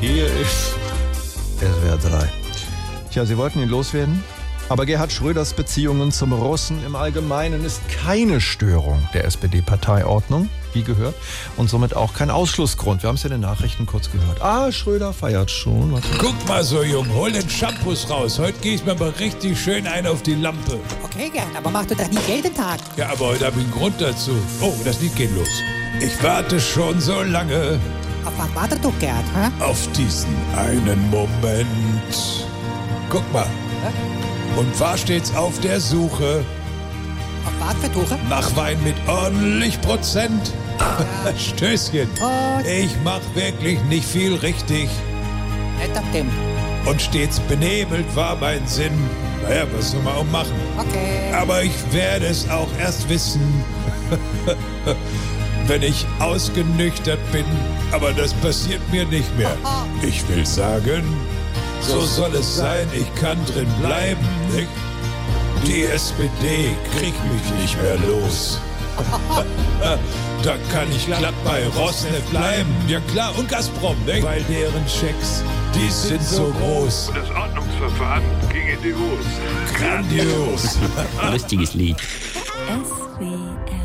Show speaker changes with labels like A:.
A: Hier ist
B: SWR 3. Tja, Sie wollten ihn loswerden? Aber Gerhard Schröders Beziehungen zum Russen im Allgemeinen ist keine Störung der SPD-Parteiordnung, wie gehört, und somit auch kein Ausschlussgrund. Wir haben es ja in den Nachrichten kurz gehört. Ah, Schröder feiert schon. Was-
C: Guck mal so, Junge, hol den Shampoos raus. Heute gehe ich mir mal richtig schön ein auf die Lampe.
D: Okay, gern, aber mach du das nicht jeden Tag.
C: Ja, aber heute habe ich einen Grund dazu. Oh, das Lied geht los. Ich warte schon so lange
D: Auf was wartest du, Gerd? Hä?
C: auf diesen einen Moment. Guck mal. Und war stets auf der Suche
D: Auf was für Tuche?
C: nach Wein mit ordentlich Prozent. Stößchen.
D: Prost.
C: Ich mach wirklich nicht viel richtig.
D: Nicht auf dem.
C: Und stets benebelt war mein Sinn. Naja, was soll man auch machen?
D: Okay.
C: Aber ich werde es auch erst wissen, wenn ich ausgenüchtert bin. Aber das passiert mir nicht mehr. Ich will sagen, so soll es sein, ich kann drin bleiben. Nicht? Die SPD kriegt mich nicht mehr los. Da kann ich glatt bei Rosneft bleiben. Ja klar, und Gazprom, nicht? Weil deren Schecks, die sind so groß.
E: Das Ordnungsverfahren ging in die Hose.
C: Grandios.
F: Lustiges Lied.
G: SWR